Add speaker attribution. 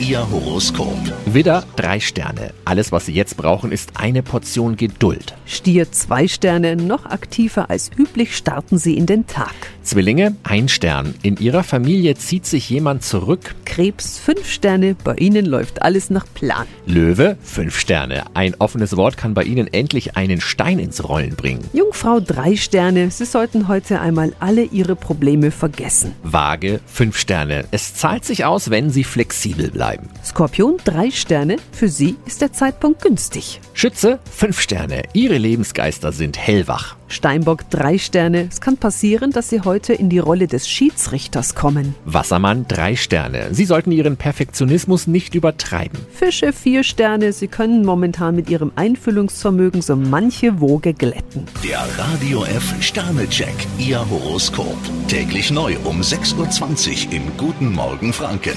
Speaker 1: Ihr Horoskop.
Speaker 2: Widder, drei Sterne. Alles, was Sie jetzt brauchen, ist eine Portion Geduld.
Speaker 3: Stier zwei Sterne, noch aktiver als üblich starten Sie in den Tag.
Speaker 2: Zwillinge, ein Stern. In Ihrer Familie zieht sich jemand zurück.
Speaker 3: Krebs fünf Sterne, bei Ihnen läuft alles nach Plan.
Speaker 2: Löwe, fünf Sterne. Ein offenes Wort kann bei Ihnen endlich einen Stein ins Rollen bringen.
Speaker 3: Jungfrau drei Sterne, Sie sollten heute einmal alle Ihre Probleme vergessen.
Speaker 2: Waage, fünf Sterne. Es zahlt sich aus, wenn Sie flexibel bleiben.
Speaker 3: Skorpion drei Sterne, für Sie ist der Zeitpunkt günstig.
Speaker 2: Schütze, fünf Sterne. Ihre Lebensgeister sind hellwach.
Speaker 3: Steinbock drei Sterne, es kann passieren, dass Sie heute in die Rolle des Schiedsrichters kommen.
Speaker 2: Wassermann, drei Sterne. Sie sollten Ihren Perfektionismus nicht übertreiben.
Speaker 3: Fische vier Sterne, Sie können momentan mit Ihrem Einfühlungsvermögen so manche Woge glätten.
Speaker 1: Der Radio F Sternecheck. Ihr Horoskop. Täglich neu um 6.20 Uhr im Guten Morgen Franken.